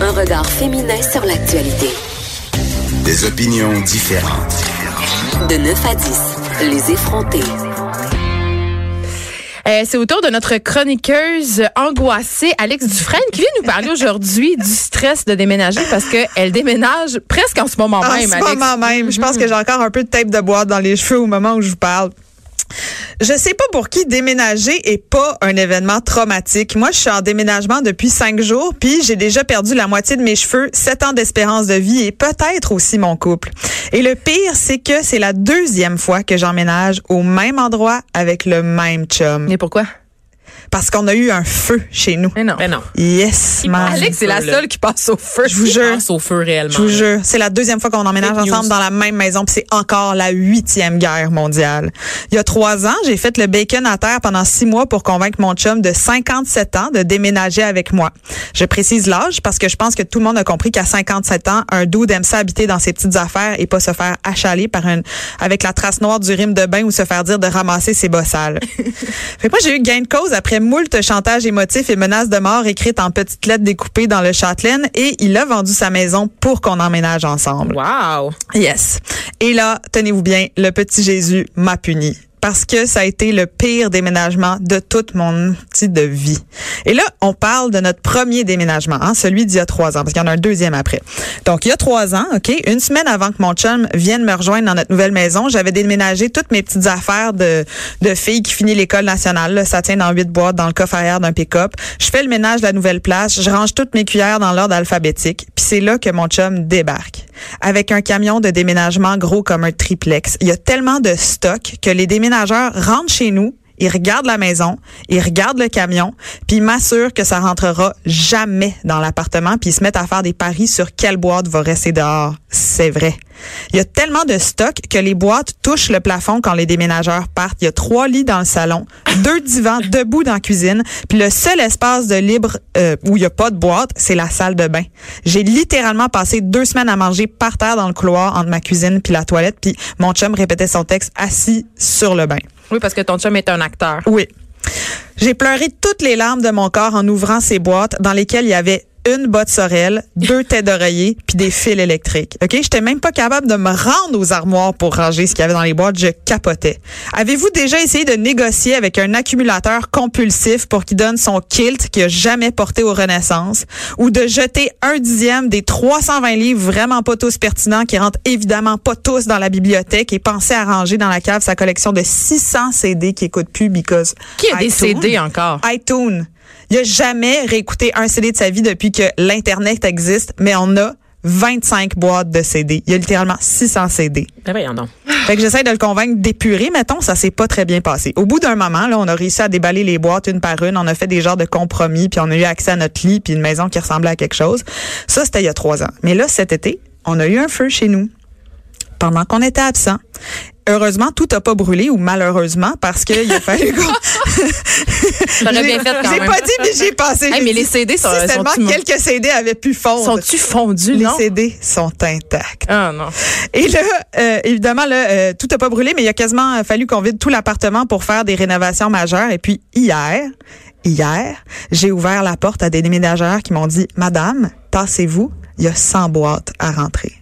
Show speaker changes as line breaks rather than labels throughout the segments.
Un regard féminin sur l'actualité.
Des opinions différentes.
De 9 à 10, les effrontés.
Euh, c'est au tour de notre chroniqueuse angoissée, Alex Dufresne, qui vient nous parler aujourd'hui du stress de déménager parce qu'elle déménage presque en ce moment
En
même,
ce
Alex. Mm-hmm.
moment même. Je pense que j'ai encore un peu de tape de boîte dans les cheveux au moment où je vous parle. Je sais pas pour qui déménager est pas un événement traumatique. Moi, je suis en déménagement depuis cinq jours, puis j'ai déjà perdu la moitié de mes cheveux, sept ans d'espérance de vie et peut-être aussi mon couple. Et le pire, c'est que c'est la deuxième fois que j'emménage au même endroit avec le même chum.
Mais pourquoi?
Parce qu'on a eu un feu chez nous.
Mais non.
Mais Ben non.
Yes, man.
Alex, c'est la
Feu, là.
seule qui passe au feu.
Je vous jure.
Pense au feu réellement.
Je vous jure, c'est la deuxième fois qu'on emménage
Fake news.
ensemble dans la même maison, puis c'est encore la huitième guerre mondiale. Il y a trois ans, j'ai fait le bacon à terre pendant six mois pour convaincre mon chum de 57 ans de déménager avec moi. Je précise l'âge parce que je pense que tout le monde a compris qu'à 57 ans, un dude aime ça habiter dans ses petites affaires et pas se faire achaler par un, avec la trace noire du rime de bain ou se faire dire de ramasser ses bossales. Fait que moi, j'ai eu gain de cause après moult chantages émotifs et menaces de mort écrites en petites lettres découpées dans le Châtelaine et il a vendu sa maison pour qu'on emménage ensemble.
Wow.
Yes. Et là, tenez-vous bien, le petit Jésus m'a puni. Parce que ça a été le pire déménagement de toute mon petite de vie. Et là, on parle de notre premier déménagement, hein, celui d'il y a trois ans, parce qu'il y en a un deuxième après. Donc, il y a trois ans, OK, une semaine avant que mon chum vienne me rejoindre dans notre nouvelle maison, j'avais déménagé toutes mes petites affaires de, de filles qui finit l'école nationale. là. ça tient dans huit boîtes dans le coffre arrière d'un pick-up. Je fais le ménage de la nouvelle place, je range toutes mes cuillères dans l'ordre alphabétique. Puis c'est là que mon chum débarque avec un camion de déménagement gros comme un triplex. Il y a tellement de stock que les déménageurs rentrent chez nous, ils regardent la maison, ils regardent le camion, puis ils m'assurent que ça rentrera jamais dans l'appartement, puis ils se mettent à faire des paris sur quelle boîte va rester dehors. C'est vrai. Il y a tellement de stock que les boîtes touchent le plafond quand les déménageurs partent. Il y a trois lits dans le salon, deux divans debout dans la cuisine, puis le seul espace de libre euh, où il n'y a pas de boîte, c'est la salle de bain. J'ai littéralement passé deux semaines à manger par terre dans le couloir entre ma cuisine puis la toilette, puis mon chum répétait son texte assis sur le bain.
Oui, parce que ton chum est un acteur.
Oui. J'ai pleuré toutes les larmes de mon corps en ouvrant ces boîtes dans lesquelles il y avait une botte sorel, deux têtes d'oreiller puis des fils électriques. OK, j'étais même pas capable de me rendre aux armoires pour ranger ce qu'il y avait dans les boîtes, je capotais. Avez-vous déjà essayé de négocier avec un accumulateur compulsif pour qu'il donne son kilt qu'il a jamais porté aux Renaissance ou de jeter un dixième des 320 livres vraiment pas tous pertinents qui rentrent évidemment pas tous dans la bibliothèque et penser à ranger dans la cave sa collection de 600 CD qui écoute plus because
Qui a
iTunes.
des CD encore?
iTunes. Il n'a jamais réécouté un CD de sa vie depuis que l'Internet existe, mais on a 25 boîtes de CD. Il y a littéralement 600 CD.
Ben voyons donc.
Fait que j'essaie de le convaincre d'épurer, mettons, ça s'est pas très bien passé. Au bout d'un moment, là, on a réussi à déballer les boîtes une par une, on a fait des genres de compromis, puis on a eu accès à notre lit, puis une maison qui ressemblait à quelque chose. Ça, c'était il y a trois ans. Mais là, cet été, on a eu un feu chez nous pendant qu'on était absent. Heureusement, tout a pas brûlé ou malheureusement parce que il a fallu qu'on-
T'aurais bien fait quand
J'ai
même.
pas dit, mais j'ai passé.
Hey,
J'ai
mais
dit,
les CD sont-
si seulement
sont-tu-
quelques CD avaient pu fondre.
Sont-tu fondus,
les
non?
CD sont intacts.
Ah non.
Et là, euh, évidemment, là, euh, tout n'a pas brûlé, mais il a quasiment euh, fallu qu'on vide tout l'appartement pour faire des rénovations majeures. Et puis hier, hier, j'ai ouvert la porte à des déménageurs qui m'ont dit, Madame, tassez-vous, il y a 100 boîtes à rentrer.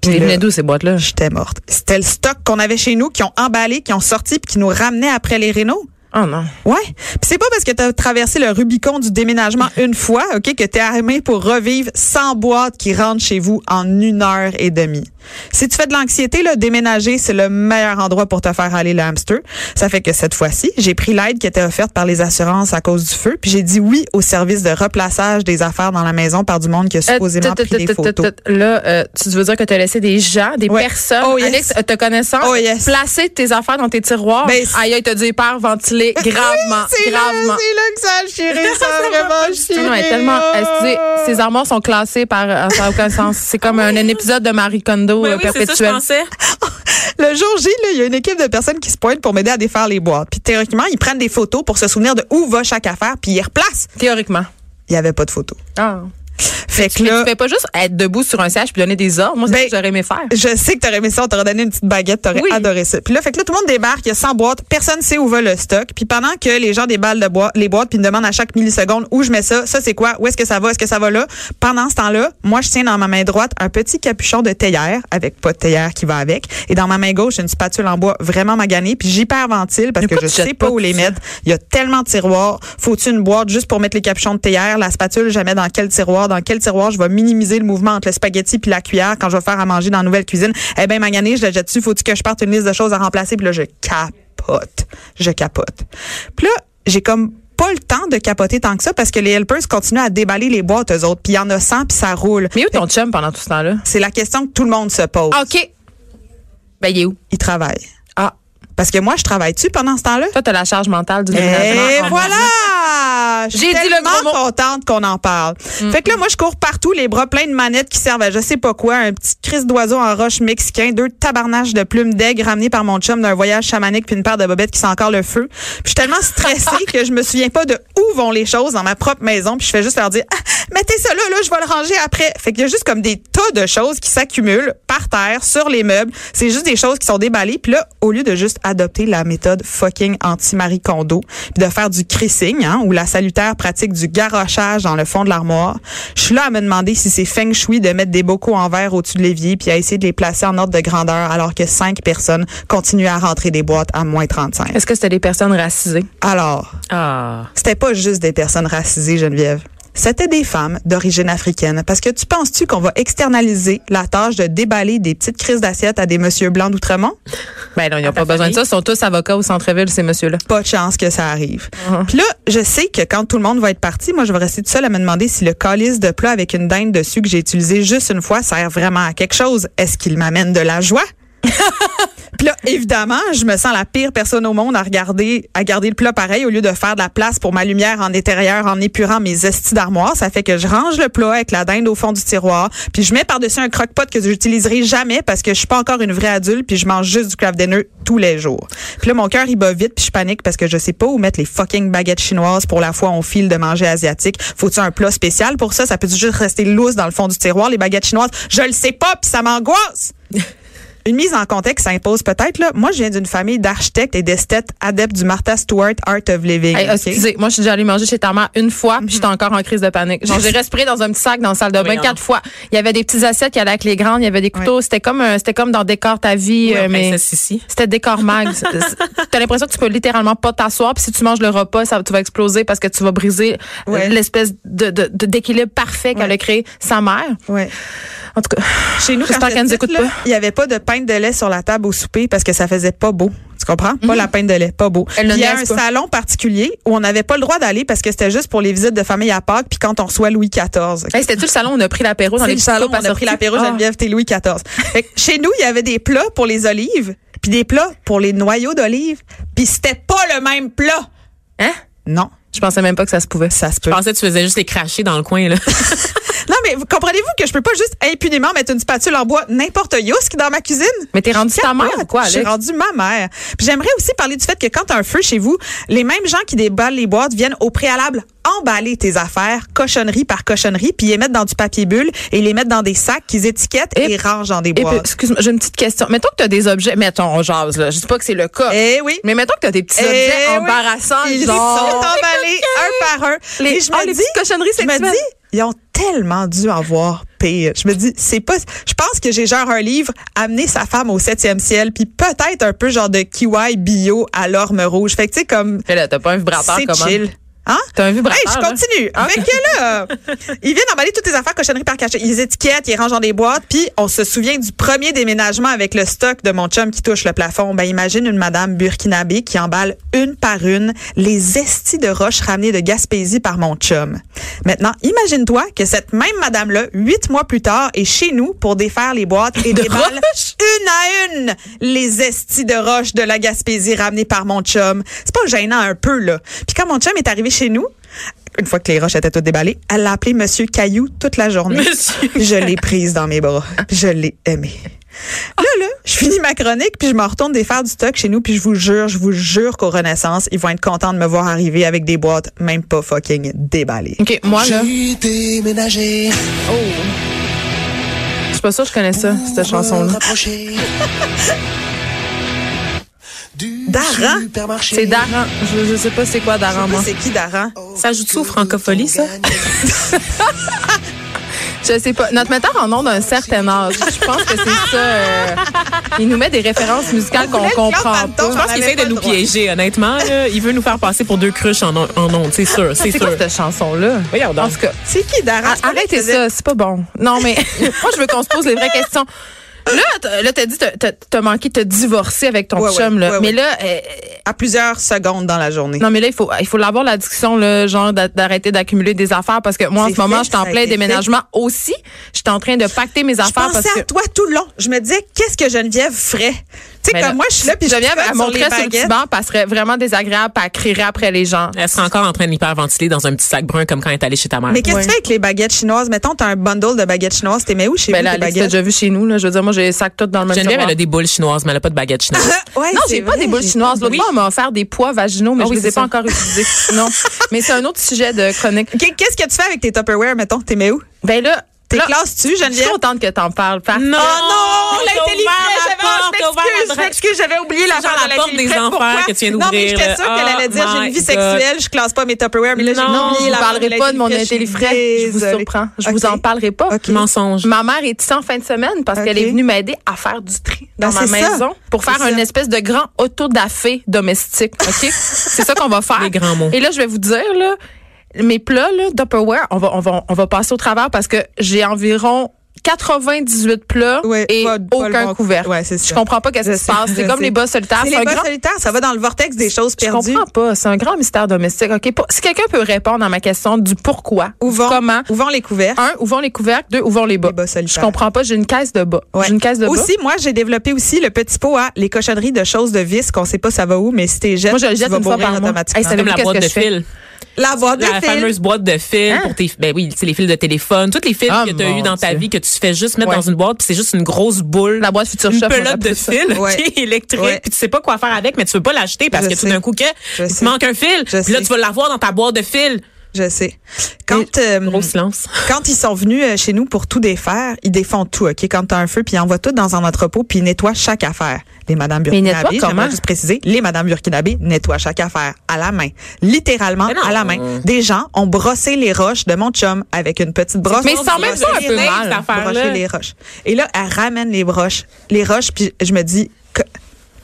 Puis
Puis
les
là-
venaient d'où ces boîtes-là?
J'étais morte. C'était le stock qu'on avait chez nous, qui ont emballé, qui ont sorti, puis qui nous ramenait après les rénaux.
Ah non.
Ouais. Puis c'est pas parce que t'as traversé le Rubicon du déménagement une fois, OK, que t'es armé pour revivre 100 boîtes qui rentrent chez vous en une heure et demie. Si tu fais de l'anxiété, là, déménager, c'est le meilleur endroit pour te faire aller le hamster. Ça fait que cette fois-ci, j'ai pris l'aide qui était offerte par les assurances à cause du feu, puis j'ai dit oui au service de replaçage des affaires dans la maison par du monde qui a
Euh,
supposément
tut,
pris des
tut, tut,
photos.
tut. Là, euh, tu veux dire que tu as laissé des gens, des
Ouais.
personnes,
Oh, yes.
Alex, euh, te connaissant,
Oh, yes.
placer tes affaires dans tes tiroirs.
Ben, c'est-
Aïe, aïe, t'as dû hyperventiler gravement,
Oui, c'est là,
gravement.
c'est là que ça a chiré, ça a vraiment chiré.
Non, non, elle est tellement. elle se dit,
Ah.
ses armoires sont classées par en ça a aucun sens. C'est comme un, un épisode de Marie Kondo euh,
Ben oui, c'est ça, je
perpétuel.
pensais.
Le jour J, là, il y a une équipe de personnes qui se pointent pour m'aider à défaire les boîtes. Puis théoriquement, ils prennent des photos pour se souvenir de où va chaque affaire, puis ils replacent.
Théoriquement.
Il n'y avait pas de photos.
Ah.
Fait que
Mais
là,
tu fais pas juste être debout sur un siège puis donner des ordres. Moi, c'est
Ben,
ce que j'aurais aimé faire.
je sais que t'aurais aimé ça, on t'aurait donné une petite baguette, t'aurais
Oui.
adoré ça. Puis là, fait que là, tout le monde débarque, il y a 100 boîtes, personne sait où va le stock. Puis pendant que les gens déballent de boi- les boîtes puis ils demandent à chaque milliseconde où je mets ça, ça c'est quoi, où est-ce que ça va, est-ce que ça va là, pendant ce temps-là, moi je tiens dans ma main droite un petit capuchon de théière, avec pas de théière qui va avec, et dans ma main gauche une spatule en bois vraiment maganée, puis j'hyperventile parce
Mais
que je
pourquoi tu
sais
jettes
pas
pas
où les
tout
mettre. Il y a tellement de tiroirs, faut-tu une boîte juste pour mettre les capuchons de théière, la spatule, je la mets dans quel tiroir, dans quel tiroir je vais minimiser le mouvement entre le spaghetti puis la cuillère quand je vais faire à manger dans la nouvelle cuisine. Eh ben magané, je la jette dessus, faut-tu que je parte une liste de choses à remplacer puis là je capote. Je capote. Puis là, j'ai comme pas le temps de capoter tant que ça parce que les helpers continuent à déballer les boîtes eux autres puis il y en a 100 puis ça roule.
Mais où ton chum pendant tout ce temps-là?
C'est la question que tout le monde se pose.
Ah, OK. Ben, il est où?
Ils travaillent.
Ah,
Parce que moi je travaille tu pendant ce temps-là.
toi, t'as la charge mentale
Eh,
du déménagement.
Et
en
voilà! Je suis
J'ai dit le
tellement
gros mot. Mm.
contente qu'on en parle. Fait que là, moi, je cours partout, les bras pleins de manettes qui servent à je sais pas quoi, un petit crise d'oiseau en roche mexicain, deux tabarnaches de plumes d'aigle ramenées par mon chum d'un voyage chamanique puis une paire de bobettes qui sent encore le feu. Puis je suis tellement stressée que je me souviens pas de où vont les choses dans ma propre maison puis je fais juste leur dire, Ah, mettez ça là, là, je vais le ranger après. Fait qu'il y a juste comme des tas de choses qui s'accumulent par terre, sur les meubles. C'est juste des choses qui sont déballées. Puis là, au lieu de juste adopter la méthode fucking anti-Marie Kondo, puis de faire du crissing, hein, ou la salutaire pratique du garochage dans le fond de l'armoire, je suis là à me demander si c'est feng shui de mettre des bocaux en verre au-dessus de l'évier, puis à essayer de les placer en ordre de grandeur, alors que cinq personnes continuent à rentrer des boîtes à moins 35.
Est-ce que c'était des personnes racisées?
Alors,
Ah.
c'était pas juste des personnes racisées, Geneviève. C'était des femmes d'origine africaine. Parce que tu penses-tu qu'on va externaliser la tâche de déballer des petites crises d'assiettes à des messieurs blancs d'Outremont?
Ben non, ils n'ont pas besoin de ça. Ils sont tous avocats au centre-ville, ces messieurs-là.
Pas de chance que ça arrive. Puis là, je sais que quand tout le monde va être parti, moi, je vais rester toute seule à me demander si le calice de plat avec une dinde dessus que j'ai utilisé juste une fois sert vraiment à quelque chose. Est-ce qu'il m'amène de la joie? Puis là, évidemment, je me sens la pire personne au monde à regarder, à garder le plat pareil au lieu de faire de la place pour ma lumière en intérieur en épurant mes estis d'armoire. Ça fait que je range le plat avec la dinde au fond du tiroir, puis je mets par-dessus un croque-pot que j'utiliserai jamais parce que je suis pas encore une vraie adulte puis je mange juste du craft dinner tous les jours. Puis là, mon cœur, il bat vite puis je panique parce que je sais pas où mettre les fucking baguettes chinoises pour la fois on file de manger asiatique. Faut-tu un plat spécial pour ça? Ça peut juste rester lousse dans le fond du tiroir, les baguettes chinoises? Je le sais pas puis ça m'angoisse! Une mise en contexte, ça impose peut-être. Là. Moi, je viens d'une famille d'architectes et d'esthètes adeptes du Martha Stewart Art of Living.
Hey, ah,
ok? Mhm.
excusez, moi, je suis déjà allée manger chez ta mère une fois, puis j'étais encore en crise de panique. Genre, j'ai respiré dans un petit sac dans la salle de bain
non.
quatre fois. Il y avait des petits assiettes qui allaient avec les grandes, il y avait des couteaux. C'était comme, un- c'était comme dans Décor ta vie,
Oui,
euh, mais
Princesse Sissi.
c'était Décor mag. C'est- c'est- T'as l'impression que tu peux littéralement pas t'asseoir, puis si tu manges le repas, ça, tu vas exploser parce que tu vas briser euh,
Ouais.
l'espèce de, de- de- d'équilibre parfait qu'elle
Ouais.
a créé sa mère.
Ouais.
En tout cas,
Chez nous, quand
J'espère
j'étais
qu'elle nous
petite,
écoute
là,
pas.
il n'y avait pas de pinte de lait sur la table au souper parce que ça faisait pas beau. Tu comprends? Pas la pinte de lait, pas beau.
Mhm. Elle ne
Puis il y a un
niaise pas.
salon particulier où on n'avait pas le droit d'aller parce que c'était juste pour les visites de famille à Pâques puis quand on reçoit Louis XIV.
Hey, c'était-tu le salon où on a pris l'apéro dans
C'est
les
le
petits
salon,
coupes
on a pris
assortis?
l'apéro
Ah.
Geneviève, t'es Louis XIV. Fait que chez nous, il y avait des plats pour les olives, puis des plats pour les noyaux d'olives, puis c'était pas le même plat.
Hein?
Non,
Je pensais même pas que ça se pouvait.
ça se peut.
Je pensais que tu faisais juste les cracher dans le coin, là.
Non, mais vous comprenez-vous que je peux pas juste impunément mettre une spatule en bois n'importe qui dans ma cuisine? Ah,
Mais t'es rendu ta mère ou quoi,
J'ai
Alex?
rendu ma mère. Puis j'aimerais aussi parler du fait que quand t'as un feu chez vous, les mêmes gens qui déballent les boîtes viennent au préalable emballer tes affaires, cochonnerie par cochonnerie, puis les mettre dans du papier bulle et les mettre dans des sacs qu'ils étiquettent et,
Et-
rangent dans des
Et puis,
boîtes.
excuse-moi, j'ai une petite question. Mettons que tu as des objets, mettons, on jase, là. Je dis pas que c'est le cas.
Eh oui.
Mais mettons que tu as des petits objets
Eh oui.
embarrassants,
Ils sont
genre.
emballés un par un.
Les-
et je
ah,
me
les
dis,
petites cochonneries
je me
sexuelles.
dis, ils ont tellement dû en voir pire. Je me dis, c'est pas. Je pense que j'ai genre un livre amener sa femme au septième ciel, puis peut-être un peu genre de kiwi bio à l'orme rouge. Fait que tu sais comme
Mais là, t'as pas un vibrateur
c'est
comment?
chill. Hein?
T'as un vibrateur,
Hey, je
là.
continue.
Ah.
Fait que là, ils viennent emballer toutes tes affaires cochonneries par cachet. Ils étiquettent, ils rangent dans des boîtes, puis on se souvient du premier déménagement avec le stock de mon chum qui touche le plafond. Ben imagine une madame burkinabé qui emballe une par une les estis de roches ramenées de Gaspésie par mon chum. Maintenant, imagine-toi que cette même madame-là, huit mois plus tard, est chez nous pour défaire les boîtes et
De
déballe
roches?
une à une les estis de roche de la Gaspésie ramenés par mon chum. C'est pas gênant un peu, là. Puis quand mon chum est arrivé chez nous, une fois que les roches étaient toutes déballées, elle l'a appelé Monsieur Caillou toute la journée.
Monsieur
Je l'ai prise dans mes bras. Je l'ai aimée. Là, là, je finis ma chronique, puis je me retourne des faire du stock chez nous, puis je vous jure, je vous jure qu'au Renaissance, ils vont être contents de me voir arriver avec des boîtes même pas fucking déballées.
OK, moi, là,
J'ai déménagé.
je suis pas sûre que je connais ça, cette chanson-là.
Daran?
hein? C'est Daran. Je, oh, je sais pas c'est quoi Daran,
Moi,
moi.
c'est qui Daran?
Ça joue-tu aux francophonies, ça?
Je sais pas. Notre metteur en nom d'un certain âge. Je pense que c'est ça. euh, il nous met des références musicales qu'on
voulait le
comprend
Claude
pas.
Fanton.
Je pense qu'il
avait
essaie
pas
de nous
le droit.
piéger, honnêtement. là. Il veut nous faire passer pour deux cruches en on- en ondes, c'est sûr, c'est
C'est quoi
sûr.
cette chanson-là?
Voyons donc.
En tout cas,
C'est qui Daran?
a- Ah, arrêtez ça, c'est pas bon. Non, mais moi, je veux qu'on se pose les vraies questions. Là, t- là, t'as dit, t'as- t'as t'as manqué de te divorcer avec ton
Ouais, ouais,
chum, là.
ouais,
mais
ouais.
là, euh,
À plusieurs secondes dans la journée.
non, mais là, il faut, il faut l'avoir la discussion, là, genre d'a- d'arrêter d'accumuler des affaires parce que moi, en
C'est
ce moment,
fait,
je suis en
ça a
plein
été fait.
déménagement aussi. Je suis en train de pacter mes
Je
affaires
pensais
parce que.
à toi tout le long. Je me disais, qu'est-ce que Geneviève ferait? Tu sais,
Mais
comme
là,
moi, je suis là, puis je
Geneviève,
tape
elle
sur les
monterait sur le petit
baguettes.
banc, puis elle serait vraiment désagréable, puis elle crierait après les gens.
Elle sera encore en train de l'hyperventiler dans un petit sac brun comme quand elle est allée chez ta mère.
Mais qu'est-ce que
Ah, Ouais.
tu fais avec les baguettes chinoises? Mettons, t'as un bundle de baguettes chinoises, t'es mets où chez
Ben
vous,
là,
tes
Alex, t'as
baguettes?
déjà vu chez nous, là. Je veux dire, moi, j'ai les sacs toutes dans le même
Geneviève,
tiroir.
elle a des boules chinoises, mais elle a pas de baguette chinoise.
Ouais,
Non,
c'est
j'ai pas
vrai,
des boules
j'ai-
chinoises. L'autre fois, on m'a offert des pois vaginaux, mais
Ah
je
oui,
les ai
c'est
pas
ça.
encore utilisés. Non. Mais c'est un autre sujet de chronique.
Qu'est- Qu'est-ce que tu fais avec tes Tupperware, mettons? T'es mets où?
Ben là.
T'es
là,
classes-tu,
Je suis
Geneviève?
contente que t'en parles. Ah, parce que-
Oh non,
Non! T'as
l'intelligence,
ouvert la
j'avais-
porte, t'as
je
ouvert
m'excuse,
la
je m'excuse, j'avais oublié la
C'est genre
part de
la porte des
livrette,
enfants
pourquoi?
que tu viens
Non, mais
d'ouvrir,
j'étais
là.
sûre qu'elle allait
Oh
dire,
Ah,
j'ai
my
une vie
God.
sexuelle, je classe pas mes Tupperware, mais là, j'ai
Non,
Je
oublié
vous
la part
parlerai pas de mon
livrette, suis
intellifrais. Je vous
désolée.
surprends. Je vous
Ok.
en parlerai pas.
Ok.
Mensonge.
Ma mère est ici en fin de semaine parce
Ok.
qu'elle est venue m'aider à faire du tri dans
Ah,
ma
c'est ça.
maison pour faire
C'est
une
ça.
espèce de grand auto autodafé domestique. OK? c'est ça qu'on va faire.
Des grands mots.
Et là, je vais vous dire, là, mes plats, là, Tupperware, on va, on va, on va passer au travers parce que j'ai environ 98 plats
Ouais,
et
pas- pas le
aucun
bon-
couvert.
Ouais, c'est
je
ça.
comprends pas qu'est-ce
Je
qui se
sais,
passe.
je
C'est comme
sais.
les bas solitaires.
C'est
C'est un
les bas
grand-
solitaires, ça va dans le vortex des choses
je
perdues.
comprends pas. C'est un grand mystère domestique. OK? Pour- si quelqu'un peut répondre à ma question du pourquoi,
Où
du
vont,
comment,
où vont les couverts?
un, où vont les couvercles, deux, où vont les bas.
Les bas
je
solitaires.
comprends pas. J'ai une caisse de bas.
Ouais.
J'ai une caisse de bas.
Aussi, moi, j'ai développé aussi le petit pot à les cochonneries de choses de vis qu'on sait pas ça va où, mais si t'es jeune,
Moi, je le jette
tu vas
une fois
mourir
par mois. Hey,
automatiquement.
ça
Comme la
Qu'est-ce
boîte
que
de
je fais?
fil.
la boîte de
La
fil.
fameuse boîte de fil
Hein?
pour tes ben oui, c'est les fils de téléphone, toutes les fils
Ah,
que tu
mon
as eu dans ta
Dieu.
vie que tu fais juste mettre
Ouais.
dans une boîte, puis c'est juste une grosse boule.
La boîte Future
une
Shop, on
pelote
appelle
de
ça.
fil
Ouais.
qui est électrique,
Ouais.
puis tu sais pas quoi faire avec, mais tu veux pas l'acheter parce
Je
que tout
sais.
d'un coup que
Je
il te
sais.
manque un fil,
Je
puis là
sais.
tu vas l'avoir dans ta boîte de fil.
Je sais. Quand, euh,
Gros silence.
quand ils sont venus euh, chez nous pour tout défaire, ils défont tout, OK? Quand t'as un feu, puis ils envoient tout dans un entrepôt, puis ils nettoient chaque affaire. Les Madame
ils nettoient
Burkinabé,
comment?
j'aimerais juste préciser, les Madame Burkinabé nettoient chaque affaire à la main. Littéralement
Mais non.
à la main. Des gens ont brossé les roches de mon chum avec une petite brosse.
Mais ils sont même
Brosser
pas un
les
peu
nails,
mal.
cette affaire-là.
brocher les roches. Et là, elle ramène les broches, les roches, puis je me dis, co-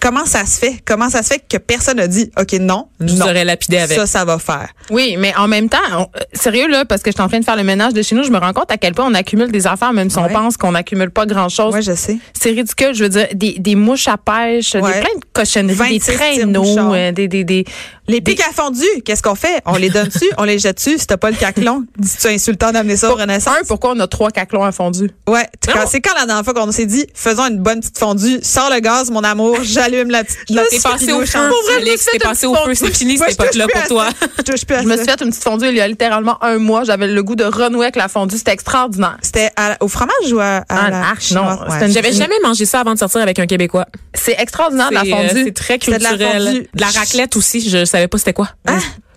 comment ça se fait? Comment ça se fait que personne n'a dit, OK, non,
Je
non.
vous aurais lapidé avec.
Ça, ça va faire.
Oui, mais en même temps, on- euh, sérieux là, parce que je suis en train de faire le ménage de chez nous, je me rends compte à quel point on accumule des affaires, même si on
Ouais.
pense qu'on n'accumule pas grand chose.
Moi, je sais.
c'est ridicule, je veux dire, des, des mouches à pêche, des
Ouais.
plein de cochonneries, des
26
traîneaux,
tire-bouchons.
euh, des, des, des,
Les
des-
pics à fondu, qu'est-ce qu'on fait? On les donne dessus, on les jette dessus. Si t'as pas le caclon, dis-tu insultant d'amener ça au Renaissance?
Un, pourquoi on a trois caclons à fondu?
Ouais. t- quand-
Non.
C'est quand la dernière fois qu'on s'est dit, faisons une bonne petite fondue, sors le gaz, mon amour, j'allume la petite. la
T'es
petite
passé au
pinouche
feu,
en-
vrai, je me
Alex,
suis
t'es
fait
passé
une
au feu,
fondue.
c'est fini
Moi,
cette
je touche
époque-là
plus
pour
à
toi.
ça. Je touche plus à
Je me
ça.
suis fait une petite fondue il y a littéralement un mois. J'avais le goût de renouer avec la fondue. C'était extraordinaire.
C'était à la- au fromage ou à, à
Ah,
la
arc,
chinoise?
non,
Ouais.
c'était une-
J'avais jamais mangé ça avant de sortir avec un Québécois.
C'est extraordinaire, Ah, la
C'est, euh,
fondue.
C'est très
C'est de la
culturel.
fondue.
De la raclette aussi, je savais pas c'était quoi.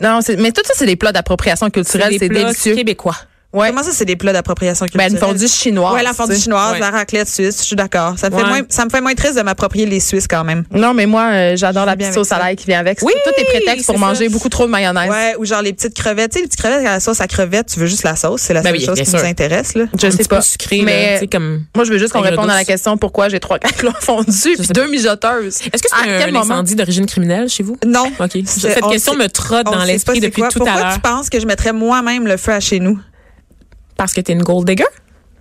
non, c'est- mais tout ça, c'est des plats d'appropriation culturelle.
des
C'est
plats
délicieux.
québécois.
Ouais.
Comment ça, c'est des plats d'appropriation
Ben,
culturelle?
une fondue chinoise.
Ouais, la fondue
tu sais.
chinoise,
Ouais.
la raclette suisse, je suis d'accord. Ça me, fait
Ouais.
moins, ça me fait moins triste de m'approprier les Suisses quand même.
Non, mais moi, euh, j'adore la
bien
pizza au
avec ça.
salaire qui vient avec.
Oui,
tout est prétexte pour
c'est ça.
manger beaucoup trop de mayonnaise.
Ouais, ou genre les petites crevettes. Tu sais, les petites crevettes avec la sauce à crevettes, tu veux juste la sauce. C'est la
Ben
seule
oui,
chose
bien
qui
sûr.
nous intéresse, là.
Je
Un
sais
petit
pas.
peu sucré,
Mais-
là, tu sais, comme...
Moi, je veux juste qu'on
Avec le
réponde à la
douce.
question pourquoi j'ai trois caclons fondus puis
sais
deux mijoteuses.
Est-ce que
À
c'est
quel
un,
moment?
incendie d'origine criminelle chez vous?
Non.
OK.
C'est-
Cette
on
question
sait-
me trotte
on
dans
sait pas
l'esprit
c'est
depuis
quoi.
tout à
Pourquoi
l'heure.
tu penses que je mettrais moi-même le feu à chez nous?
Parce que t'es une gold digger?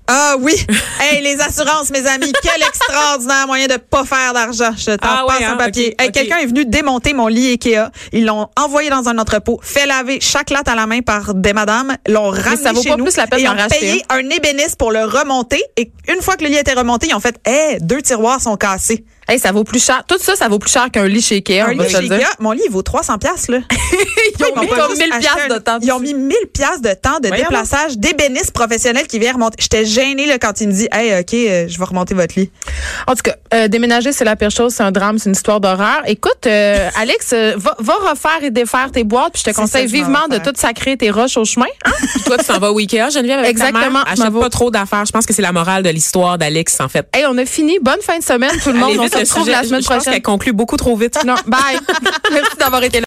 Ah oui! hey, les assurances, mes amis, quel extraordinaire moyen de pas faire d'argent. Je t'en
Ah ouais,
passe
hein,
un papier.
ok,
Hey,
ok.
Quelqu'un est venu démonter mon lit Ikea. Ils l'ont envoyé dans un entrepôt, fait laver chaque latte à la main par des madames, l'ont ramené
ça vaut
chez
pas
nous
plus la peine
et
d'en
ont
racheter
payé un ébéniste pour le remonter. Et une fois que le lit était remonté, ils ont fait, hey, deux tiroirs sont cassés.
Hey, ça vaut plus cher. Tout ça, ça vaut plus cher qu'un lit chez Ikea.
Un
on va
lit
se le
chez
dire.
Ikea, mon lit, il vaut 300 pièces là.
Ils ont mis
pas
comme
juste
1000
acheté
piastres
un-
de temps.
Ils ont mis 1000 piastres de temps de
Voyons
déplaçage d'ébéniste professionnel qui vient remonter. J'étais gênée là, quand il me dit, hey, OK, euh, je vais remonter votre lit.
En tout cas, euh, déménager, c'est la pire chose. C'est un drame, c'est une histoire d'horreur. Écoute, euh, Alex, euh, va, va refaire et défaire tes boîtes. Puis je te
C'est ça
conseille
que je m'en
vivement
vais
de
faire.
tout sacrer tes roches au chemin. hein?
Puis toi, tu t'en vas au Ikea, Geneviève, avec ta
Exactement,
mère. Achète
bravo.
pas trop d'affaires. Je pense que c'est la morale de l'histoire d'Alex, en fait.
Hey, on a fini. Bonne fin de semaine, tout le monde.
Allez,
on
vite,
se
le
retrouve
sujet.
la semaine
Je pense
prochaine.
qu'elle conclut beaucoup trop vite.
Non, bye. Merci d'avoir été là.